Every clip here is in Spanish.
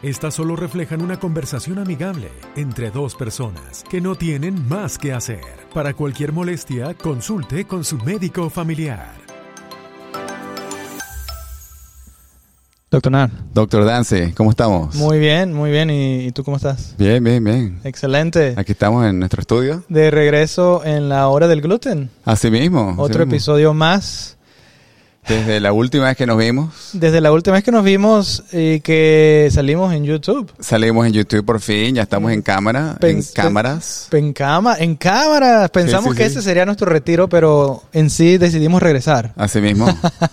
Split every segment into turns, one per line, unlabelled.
Estas solo reflejan una conversación amigable entre dos personas que no tienen más que hacer. Para cualquier molestia, consulte con su médico familiar.
Doctor Nar.
Doctor Dance, ¿cómo estamos?
Muy bien, muy bien. ¿Y, y tú cómo estás?
Bien, bien, bien.
Excelente.
Aquí estamos en nuestro estudio.
De regreso en la hora del gluten.
Así mismo. así
Otro
mismo.
episodio más.
Desde la última vez que nos vimos,
Desde la última vez que nos vimos y que salimos en YouTube.
salimos en YouTube por fin, ya estamos en cámara,
Pens-
en cámaras.
En, cama, en cámaras. Pensamos
sí,
que
sí.
ese sería nuestro retiro, pero en sí decidimos regresar.
Así mismo,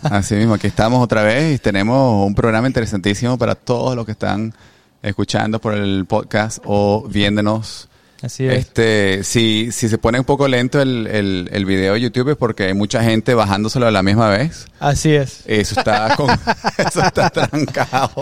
así mismo. Aquí estamos otra vez y tenemos un programa interesantísimo para todos los que están escuchando por el podcast o viéndonos.
Así es.
Este, si, si se pone un poco lento el, el, el video de YouTube es porque hay mucha gente bajándoselo a la misma vez.
Así es.
Eso está, con, eso está trancado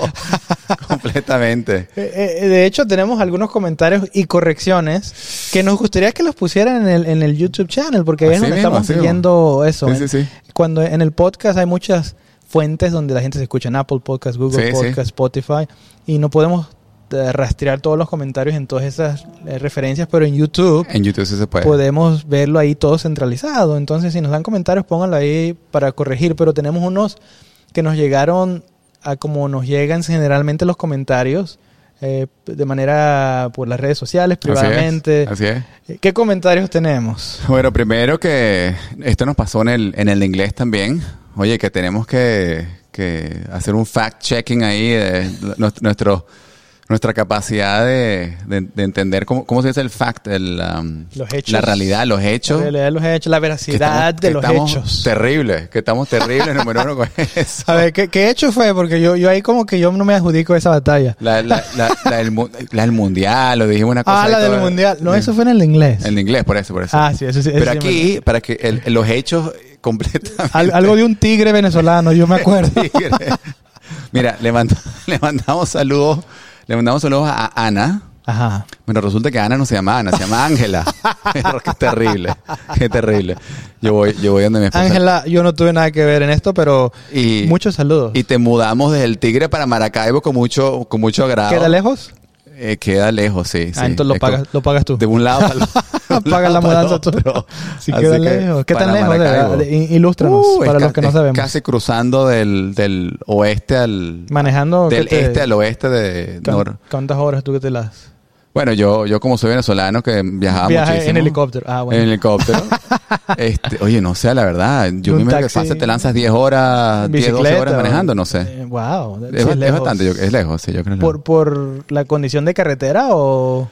completamente.
Eh, eh, de hecho, tenemos algunos comentarios y correcciones que nos gustaría que los pusieran en el, en el YouTube channel, porque ahí es
Así
donde
mismo,
estamos
así mismo.
siguiendo eso.
Sí, sí, sí.
Cuando en el podcast hay muchas fuentes donde la gente se escucha en Apple Podcast, Google
Sí, sí.
Podcast, Spotify, y no podemos eh, rastrear todos los comentarios en todas esas eh, referencias, pero en YouTube
En YouTube sí se puede.
podemos verlo ahí todo centralizado. Entonces, si nos dan comentarios, pónganlo ahí para corregir. Pero tenemos unos que nos llegaron a como nos llegan generalmente los comentarios. eh, de manera por las redes sociales, privadamente.
Así es. Así
Eh, ¿Qué comentarios tenemos?
es. Bueno, primero que esto nos pasó en el, en el de inglés también. Oye, que tenemos que, que hacer un fact-checking ahí de nues- nuestro, nuestra capacidad de, de- de entender cómo, cómo se dice el fact, el, um,
Los hechos.
la realidad, los hechos.
La realidad de los hechos, la
Que
veracidad
estamos-
de
que
los
estamos
hechos.
Terribles, que estamos terribles, número uno, con eso.
A ver, ¿qué, qué hecho fue? Porque yo, yo ahí como que yo no me adjudico esa batalla.
La, la, la, la del, mu- la del mundial, lo dijimos una cosa.
Ah,
y
la
todo. Mm.
del mundial. No, eso fue en el de inglés.
En inglés, por eso, por eso.
Ah, sí, eso sí. eso
Pero
sí me-
aquí, para que el- los hechos completamente...
Al- algo de un tigre venezolano, yo me acuerdo. Ah.
tigres. Mira, le, mand- le mandamos saludos, le mandamos saludos a Ana.
Ajá.
Bueno, resulta que Ana no se llama Ana, se llama Ángela. qué terrible, qué terrible. Yo voy, yo voy donde mi esposa.
Ángela, yo no tuve nada que ver en esto, pero
eh. Y-
muchos saludos.
Y te mudamos desde el Tigre para Maracaibo con mucho, con mucho agrado.
¿Queda lejos?
Eh, queda lejos, sí.
Ah,
sí.
entonces lo
Es
pagas-
como-
lo pagas tú.
De un lado para el otro.
Pagas la mudanza tú. Si queda lejos. ¿Qué tan lejos? De verdad? De- in- ilústranos,
Uh,
para los que no sabemos.
Casi cruzando del, del oeste al.
Manejando. ¿qué
Del
te-
este al oeste de
cuán-
nor-
¿Cuántas horas tú que te las
Bueno, yo, yo como soy venezolano que viajaba
Viaje
muchísimo.
en helicóptero? Ah, bueno.
En helicóptero. este, oye, no sé, la verdad. Yo
Un
me imagino que
taxi,
pasa, te lanzas 10 horas, 10, 12 Ah, horas
Bicicleta,
manejando, no sé.
eh, wow. sí,
Es, ba- es
lejos.
bastante, yo- es lejos, sí, yo creo. que
¿Por, por la condición de carretera o...?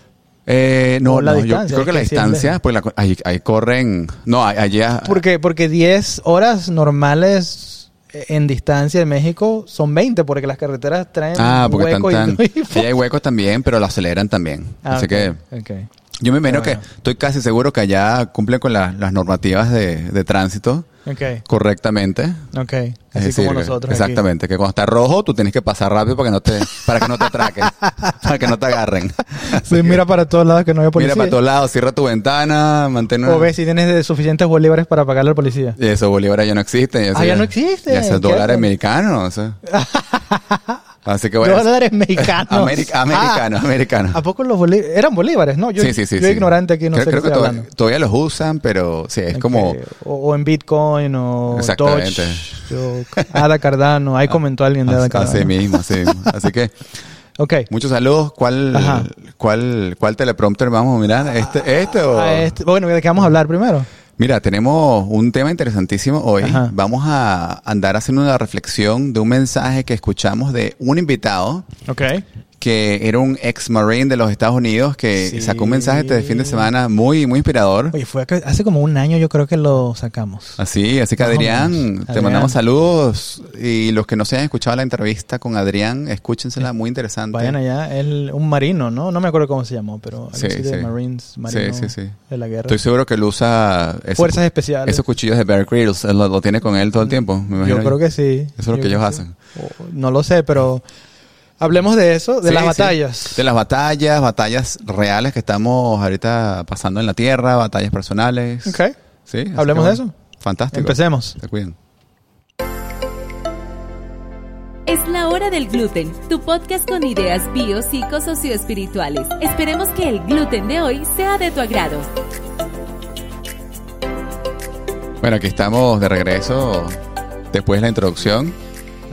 Eh, no,
O la
no, yo
distancia,
creo que
es
la
que sí es
distancia,
lejos.
pues la co- ahí, ahí corren, no, ahí- allá,
Porque, porque 10 horas normales en distancia de México son 20, porque las carreteras traen
ah, porque están
hueco y-
tan,
y-
allá hay huecos también, pero lo aceleran también,
Ah,
así
ok,
que
ok.
yo me imagino
Pero
que estoy casi seguro que allá cumplen con la- las normativas de, de tránsito
Ok,
correctamente.
ok.
Es
Así
decir,
como nosotros. aquí.
exactamente, que cuando está rojo tú tienes que pasar rápido para que no te, para que no te atraquen, para que no te agarren. Así
Sí,
que
mira para todos lados que no haya
mira
policía.
para todos lados, cierra tu ventana, mantén una-
O ves si tienes de suficientes bolívares para pagarle al policía.
Y esos bolívares ya no existen.
Ah, ya no existen.
Ya esos
¿Qué?
dólares americanos. o sea. Así que bueno.
Dólares mexicanos.
Ameri- americano,
Ah,
americano.
¿A poco los bolívares? Eran bolívares, ¿no? Yo,
sí, sí, sí.
Yo
sí.
ignorante aquí, no
creo,
sé
creo
qué
que
estoy
to-
hablando.
todavía los usan, pero sí, es
Ok,
como.
O, o en Bitcoin, o
Exactamente. Ah,
Doge, o Ada Cardano. Ahí comentó alguien de Ada
as-
Cardano.
Así mismo, así mismo. Así que,
Ok.
muchos saludos. ¿Cuál,
Ajá.
cuál, cuál teleprompter vamos a mirar? ¿Este, este o.?
Ah, este- bueno, ¿de qué vamos a hablar primero?
Mira, tenemos un tema interesantísimo hoy.
Ajá.
Vamos a andar haciendo una reflexión de un mensaje que escuchamos de un invitado
Ok.
que era un ex Marine de los Estados Unidos que
Sí.
sacó un mensaje este fin de semana muy, muy inspirador.
Oye, fue acá- hace como un año yo creo que lo sacamos.
Así, así que
Más o
Adrián,
menos.
te
Adrián.
mandamos saludos. Y los que no se hayan escuchado la entrevista con Adrián, escúchensela, muy interesante.
Vayan allá, él, un marino, ¿no? No me acuerdo cómo se llamó, pero algo
Sí,
así de
sí.
Marines, marino
Sí, sí, sí.
de la guerra.
Estoy seguro que él usa esos-
Fuerzas especiales.
esos cuchillos de Bear Grylls, él lo, lo tiene con él todo el tiempo. me imagino
Yo creo que sí.
Eso es lo
Yo
que ellos
creo
hacen.
O- no lo sé, pero hablemos de eso, de
Sí,
las
sí.
batallas.
De las batallas, batallas reales que estamos ahorita pasando en la tierra, batallas personales.
Ok.
Sí, así
Hablemos
que,
de eso.
Fantástico.
Empecemos.
Se cuidan.
Es la hora del gluten, tu podcast con ideas bio, psico, socioespirituales. Esperemos que el gluten de hoy sea de tu agrado.
Bueno, aquí estamos de regreso después de la introducción.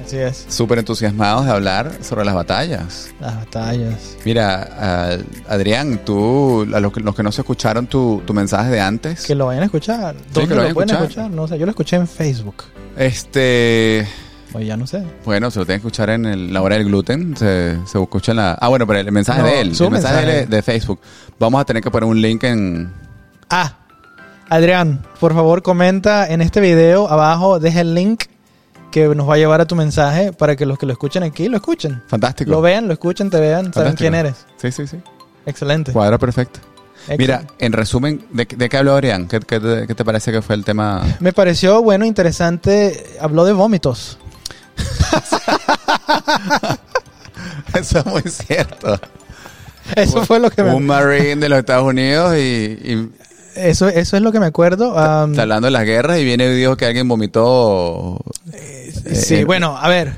Así es.
Súper entusiasmados de hablar sobre las batallas.
Las batallas.
Mira, ah, Adrián, tú, a los que, los que no se escucharon tu, tu mensaje de antes,
Que lo vayan a escuchar. ¿Dónde
que
lo,
lo vayan a
pueden
escuchar.
escuchar? No sé, yo lo escuché en Facebook.
este,
O ya no sé.
bueno, se lo tienen que escuchar en el- la hora del gluten, se, se escucha en la, ah, bueno, pero el mensaje
No,
de él,
su
el mensaje,
mensaje.
de, de Facebook. Vamos a tener que poner un link en,
Ah, Adrián, por favor comenta en este video abajo, deja el link que nos va a llevar a tu mensaje para que los que lo escuchen aquí lo escuchen.
fantástico.
Lo vean, lo escuchen, te vean, saben
Fantástico.
quién eres.
Sí, sí, sí.
Excelente.
Cuadra perfecto.
Excelente.
Mira, en resumen, ¿de, de qué habló Adrián? ¿Qué, qué te, qué te parece que fue el tema?
Me pareció bueno, interesante. Habló de vómitos.
Eso es muy cierto.
Eso fue lo que
Un
me,
marine de los Estados Unidos y, y
eso, eso es lo que me acuerdo. um, am,
está hablando de las guerras y viene y dijo que alguien vomitó.
sí,
eh,
bueno, a ver.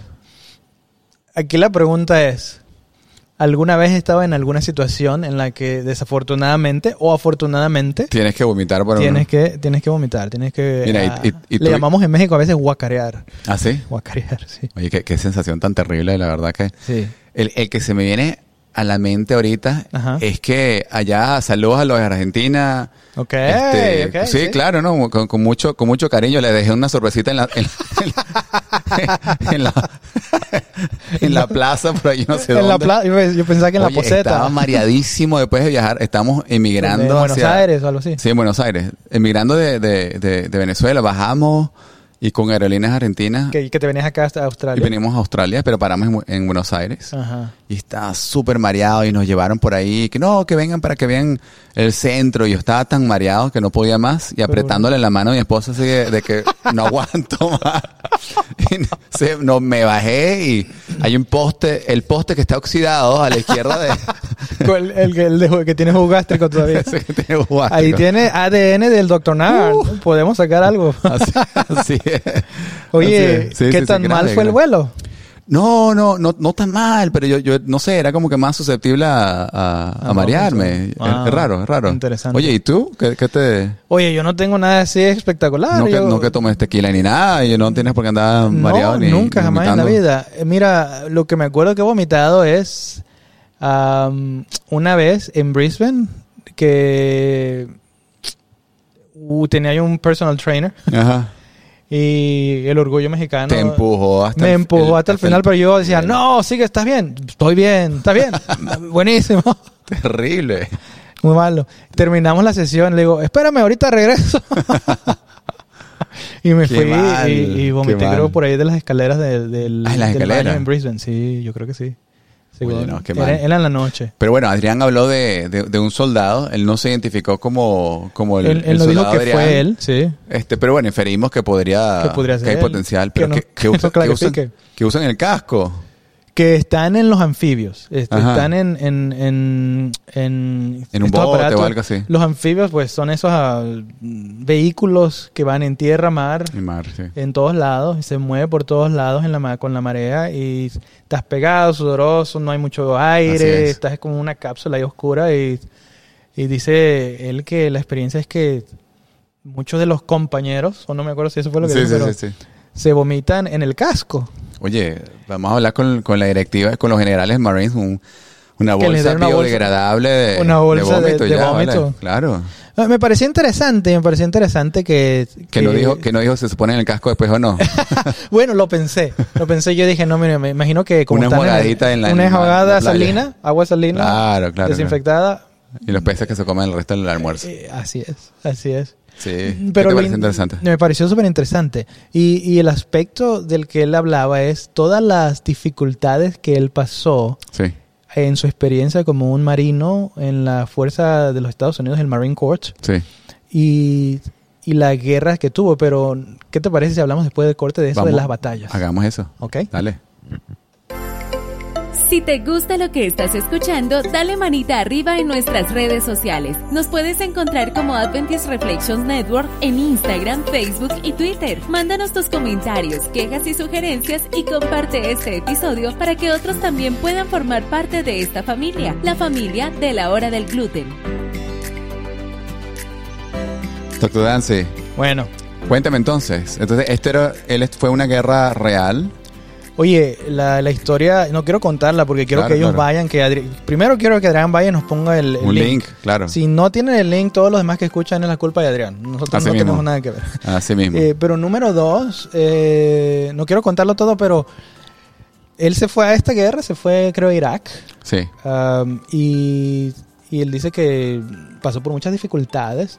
Aquí la pregunta es: ¿alguna vez estaba en alguna situación en la que desafortunadamente o afortunadamente
Tienes que vomitar por
tienes que, tienes que vomitar, tienes que...
Mira, y-
ah,
y- y
le
tú-
llamamos en México a veces guacarear.
¿Ah, sí?
Guacarear, sí.
Oye, qué, qué sensación tan terrible, la verdad que...
Sí.
El, el que se me viene a la mente ahorita
Ajá.
es que allá saludos a los de Argentina.
Ok,
Este,
ok,
sí, claro, ¿no? Con, con mucho, con mucho cariño le dejé una sorpresita en la, en, la- en la, en la plaza, por ahí no sé
En la
dónde.
pla- yo, pe- yo pensaba que en
Oye,
la poseta.
Estaba mareadísimo después de viajar. Estamos emigrando
De Buenos
hacia-
Aires o algo así.
Sí, en Buenos Aires. Emigrando de, de- de- de Venezuela. Bajamos y con aerolíneas argentinas
Que, que te venías acá hasta
y
Australia.
venimos a Australia, pero paramos en Bu- en, Buenos Aires.
Ajá.
Y estaba súper mareado y nos llevaron por ahí. Que no, que vengan para que vean el centro. Y yo estaba tan mareado que no podía más. Y apretándole la mano a mi esposa así de, de que no aguanto más. Y no, se- no, me bajé y hay un poste, el poste que está oxidado a la izquierda de...
Con El, el, el de- que tiene jugo gástrico todavía.
ese que tiene guástico.
Ahí tiene ADN del Dr. Nard. Podemos sacar algo.
Uh. Así, así es. Así
Oye,
es. Sí,
¿qué
sí, sí,
tan mal
grave,
fue el
grave.
vuelo?
No, no, no, no tan mal, pero yo, yo no sé, era como que más susceptible a, a- a
Ah,
marearme.
ah,
es, es raro, es raro.
interesante.
Oye, ¿y tú? ¿Qué, qué te...?
Oye, yo no tengo nada así espectacular.
no, que,
yo-
no que tomes tequila ni nada, y no tienes por qué andar mareado
No,
ni
nunca
ni
jamás en la
vomitando.
vida. Eh, Mira, lo que me acuerdo que he vomitado es am, una vez en Brisbane que uh, tenía yo un personal trainer
Ajá.
y el orgullo mexicano
Te empujó hasta
me
el-
empujó hasta el final, pero yo decía, no, sigue, estás bien, estoy bien, estás bien, buenísimo.
Terrible.
Muy malo. Terminamos la sesión, le digo, espérame, ahorita regreso. y me
Qué
fui
mal,
y, y vomité,
qué mal.
creo, por ahí de las escaleras del, del,
Ah, en las
del
escaleras.
baño en Brisbane. Sí, yo creo que sí.
Oye,
Seguro.
no, qué
Era-
mal.
Era en la noche.
Pero bueno, Adrián habló de, de- de un soldado. Él no se identificó como, como el,
él
el
él no dijo
soldado
que
Adrián.
fue él, sí.
Este, pero bueno, inferimos que podría,
Que podría ser
hay
él.
potencial,
Que
pero
no-
que,
que
que, usa-
no
que
clarifique.
usan, que usan el casco.
Que están en los anfibios. este,
Ajá.
están en, en, en, en,
En un
estos
bote o algo así.
Los anfibios, pues, son esos ah, vehículos que van en tierra, mar,
Mi madre, sí.
en todos lados, y se mueve por todos lados en la ma- con la marea y estás pegado, sudoroso, no hay mucho
Así
aire,
es.
estás como en una cápsula ahí oscura y, y dice él que la experiencia es que muchos de los compañeros, o no me acuerdo si eso fue lo que
Sí,
dijo,
sí,
pero
sí, sí.
se vomitan en el casco.
Oye, vamos a hablar con, con la directiva, con los generales Marines, un- Una
Que les
bolsa
den una bolsa-
biodegradable de,
una bolsa de-
de vómito.
de
ya,
vómito.
vale, claro.
Ah, Me pareció interesante, me pareció interesante que...
Que no, dijo, que no dijo se supone en el casco después o no.
Bueno, lo pensé, lo pensé, yo dije, no, mira, me imagino que como
Una
están el-
enjuagadita en
Una
la- en la-
enjuagada
en la playa.
salina, agua salina,
Claro, claro,
desinfectada,
y los peces que se comen el resto del almuerzo.
Eh, así es, así es.
Sí.
Mm, Pero lo
Pero te parece
in-
interesante.
Me pareció súper interesante. Y, y el aspecto del que él hablaba es todas las dificultades que él pasó
Sí.
en su experiencia como un marino en la Fuerza de los Estados Unidos, el Marine Corps,
Sí.
y, y las guerras que tuvo. Pero, ¿qué te parece si hablamos después del corte de eso,
Vamos,
de las batallas?
Hagamos eso.
¿Ok?
Dale.
Si te gusta lo que estás escuchando, dale manita arriba en nuestras redes sociales. Nos puedes encontrar como Adventist Reflections Network en Instagram, Facebook y Twitter. Mándanos tus comentarios, quejas y sugerencias y comparte este episodio para que otros también puedan formar parte de esta familia, la familia de la hora del gluten.
Doctor Dance,
Bueno,
cuéntame entonces. Entonces, esto era, él est- fue una guerra real.
Oye, la, la historia, no quiero contarla porque quiero
Claro,
que ellos
claro.
vayan, que Adri- primero quiero que Adrián vaya y nos ponga el, el
Un link, claro.
Si no tienen el link, todos los demás que escuchan es la culpa de Adrián. Nosotros
Así
no
mismo.
tenemos nada que ver.
Así mismo.
Eh, pero número dos, eh, no quiero contarlo todo, pero él se fue a esta guerra, se fue creo a Irak,
sí.
um, y, y él dice que pasó por muchas dificultades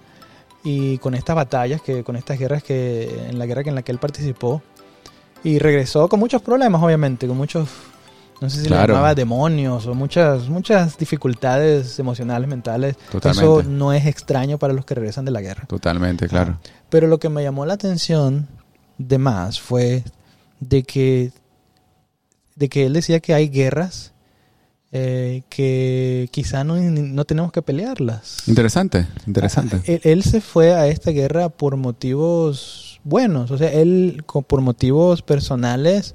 y con estas batallas, que con estas guerras que en la guerra que- en la que él participó y regresó con muchos problemas, obviamente, con muchos no sé si le
Claro.
llamaba demonios o muchas muchas dificultades emocionales, mentales. Eso
Totalmente.
no es extraño para los que regresan de la guerra.
Totalmente, claro.
Pero lo que me llamó la atención de más fue de que, de que él decía que hay guerras eh, que quizá no, no tenemos que pelearlas.
Interesante, interesante.
Él, él se fue a esta guerra por motivos buenos, o sea, él co- por motivos personales,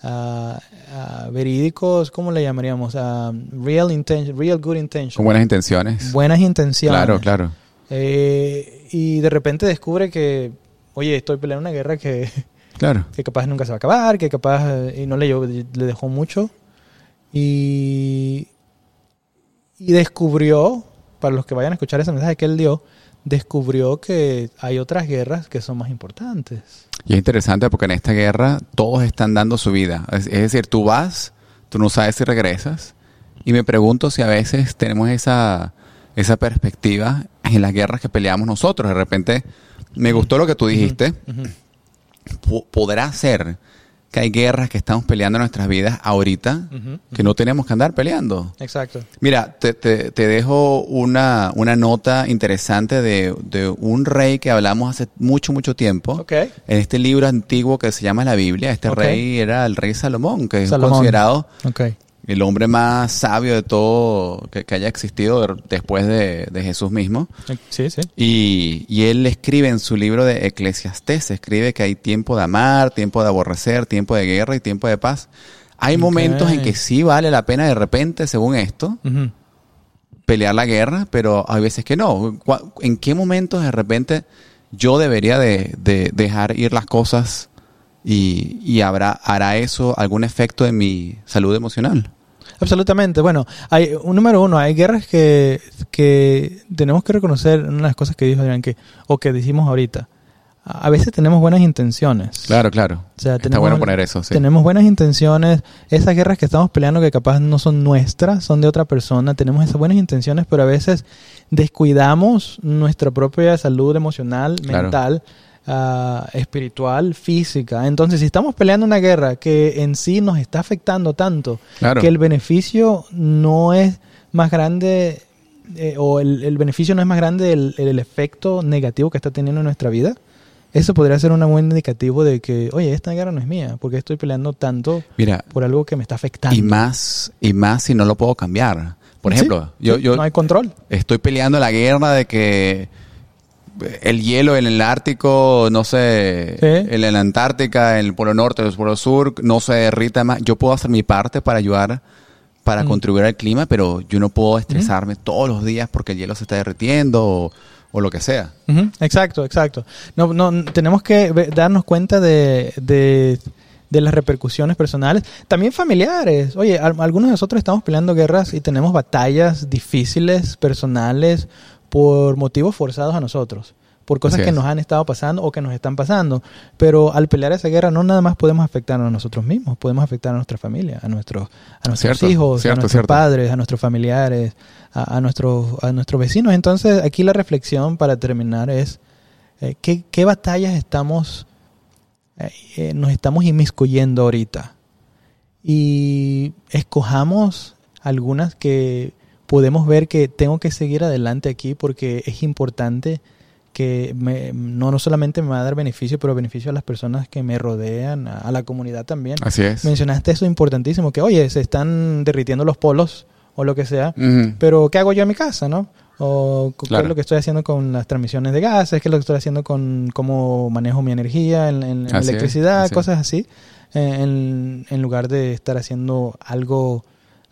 ah, ah, verídicos, ¿cómo le llamaríamos? Ah, real, intention, real good
Con
intention.
buenas intenciones.
Buenas intenciones.
Claro, claro.
Eh, y de repente descubre que, oye, estoy peleando una guerra que,
Claro.
que capaz nunca se va a acabar, que capaz, eh, y no le, llevó- le dejó mucho. Y, y descubrió, para los que vayan a escuchar ese mensaje que él dio, descubrió que hay otras guerras que son más importantes.
Y es interesante porque en esta guerra todos están dando su vida. Es, es decir, tú vas, tú no sabes si regresas. Y me pregunto si a veces tenemos esa, esa perspectiva en las guerras que peleamos nosotros. De repente, me gustó lo que tú dijiste. Po- Podrá ser que hay guerras que estamos peleando en nuestras vidas ahorita
Ujú,
que no tenemos que andar peleando.
Exacto.
Mira, te, te- te dejo una, una nota interesante de, de un rey que hablamos hace mucho, mucho tiempo.
Ok.
En este libro antiguo que se llama la Biblia, este
Ok.
rey era el rey Salomón, que es
Salomón.
considerado
Ok.
el hombre más sabio de todo que, que haya existido de- después de, de Jesús mismo.
Sí, sí.
Y, y él escribe en su libro de Eclesiastés, escribe que hay tiempo de amar, tiempo de aborrecer, tiempo de guerra y tiempo de paz. Hay
Ok.
momentos en que sí vale la pena de repente, según esto,
Ujú.
pelear la guerra, pero hay veces que no. ¿Cu- ¿En qué momentos de repente yo debería de, de dejar ir las cosas y, y habrá, hará eso algún efecto en mi salud emocional?
Absolutamente. Bueno, hay un número uno, hay guerras que, que tenemos que reconocer una de las cosas que dijo Adrián que, o que dijimos ahorita. A a veces tenemos buenas intenciones.
claro.
O sea,
Está
tenemos,
bueno poner eso, sí.
Tenemos buenas intenciones. Esas guerras que estamos peleando que capaz no son nuestras, son de otra persona. Tenemos esas buenas intenciones, pero a veces descuidamos nuestra propia salud emocional,
Claro.
mental, ah, espiritual, física. Entonces, si estamos peleando una guerra que en sí nos está afectando tanto,
Claro.
que el beneficio no es más grande eh, o el, el beneficio no es más grande del el efecto negativo que está teniendo en nuestra vida, eso podría ser un buen indicativo de que, oye, esta guerra no es mía, porque estoy peleando tanto
Mira,
por algo que me está afectando.
y más, y más si no lo puedo cambiar. Por
Sí,
ejemplo, yo,
sí,
yo
no hay control.
estoy peleando la guerra de que el hielo en el Ártico, no sé,
Sí.
en la Antártica, en el Polo Norte, en el Polo Sur, no se derrita más. Yo puedo hacer mi parte para ayudar, para
Mm.
contribuir al clima, pero yo no puedo estresarme todos los días porque el hielo se está derritiendo o, o lo que sea.
Ujú, Exacto, exacto. No, no, tenemos que ve- darnos cuenta de, de, de las repercusiones personales, también familiares. Oye, al- algunos de nosotros estamos peleando guerras y tenemos batallas difíciles, personales, por motivos forzados a nosotros, por cosas
Así
que
es.
nos han estado pasando o que nos están pasando. Pero al pelear esa guerra no nada más podemos afectarnos a nosotros mismos, podemos afectar a nuestra familia, a nuestros, a nuestros
Cierto,
hijos, a
cierto,
nuestros
cierto.
padres, a nuestros familiares, a, a nuestros, a nuestros vecinos. Entonces aquí la reflexión para terminar es... Eh, ¿qué, qué batallas estamos, eh, eh, nos estamos inmiscuyendo ahorita? Y escojamos algunas que podemos ver que tengo que seguir adelante aquí porque es importante que me- no, no solamente me va a dar beneficio, pero beneficio a las personas que me rodean, a, a la comunidad también.
Así es.
Mencionaste eso importantísimo, que oye, se están derritiendo los polos o lo que sea
Ujú.
pero ¿qué hago yo en mi casa, no? O cu- qué
Claro.
es lo que estoy haciendo con las transmisiones de gases, qué es lo que estoy haciendo con cómo manejo mi energía en, en- en
Así es,
electricidad,
así es.
cosas así, eh, en, en lugar de estar haciendo algo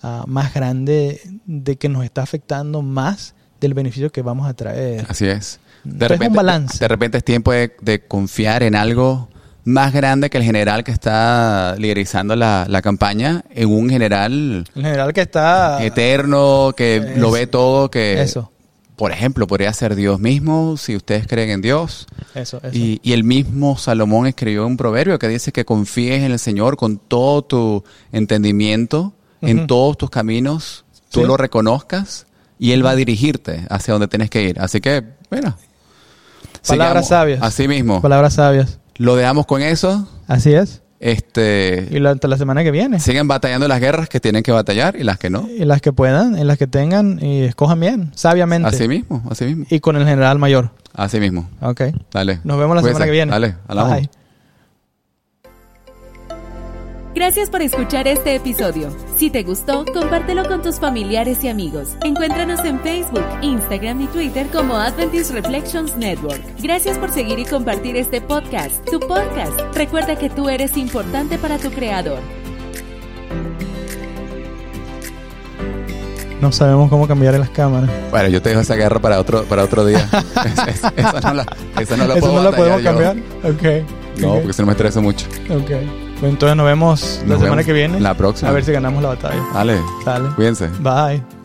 ah, más grande de que nos está afectando más del beneficio que vamos a traer.
Así es.
Entonces, es un balance.
De repente es tiempo de, de confiar en algo más grande que el general que está liderizando la, la campaña, en un general
En general que está...
eterno, que lo
eso.
ve todo, que...
Ah, Eso,
Por ejemplo, podría ser Dios mismo, si ustedes creen en Dios.
eso, eso.
Y, y el mismo Salomón escribió un proverbio que dice que confíes en el Señor con todo tu entendimiento, en
Ujú.
todos tus caminos, tú
Sí.
lo reconozcas y Él va a dirigirte hacia donde tienes que ir. Así que, bueno.
Palabras
sigamos.
sabias.
Así mismo.
Palabras sabias.
Lo dejamos con eso.
Así es. Y
Este,
la- hasta la semana que viene.
siguen batallando las guerras que tienen que batallar y las que no.
Y las que puedan, en las que tengan, y escojan bien, sabiamente.
Así mismo, así mismo.
y con el general mayor.
Así mismo.
Ok.
Dale.
Nos vemos la
Cuídense.
semana que viene.
Dale, hablamos.
Bye.
Gracias por escuchar este episodio. Si te gustó, compártelo con tus familiares y amigos. Encuéntranos en Facebook, Instagram y Twitter como Adventist Reflections Network. Gracias por seguir y compartir este podcast, tu podcast. Recuerda que tú eres importante para tu creador.
No sabemos cómo cambiar las cámaras.
Bueno, yo te dejo esa guerra para otro, para otro día. Es- es- esa no la, esa no la
Eso
puedo
no lo podemos
batallar yo.
cambiar. Ok.
No,
ok,
porque si no me estreso mucho.
ok. Pues Entonces nos vemos la
Nos
semana
vemos
que viene.
la próxima.
A ver si ganamos la batalla.
Dale,
Sale.
cuídense.
Bye.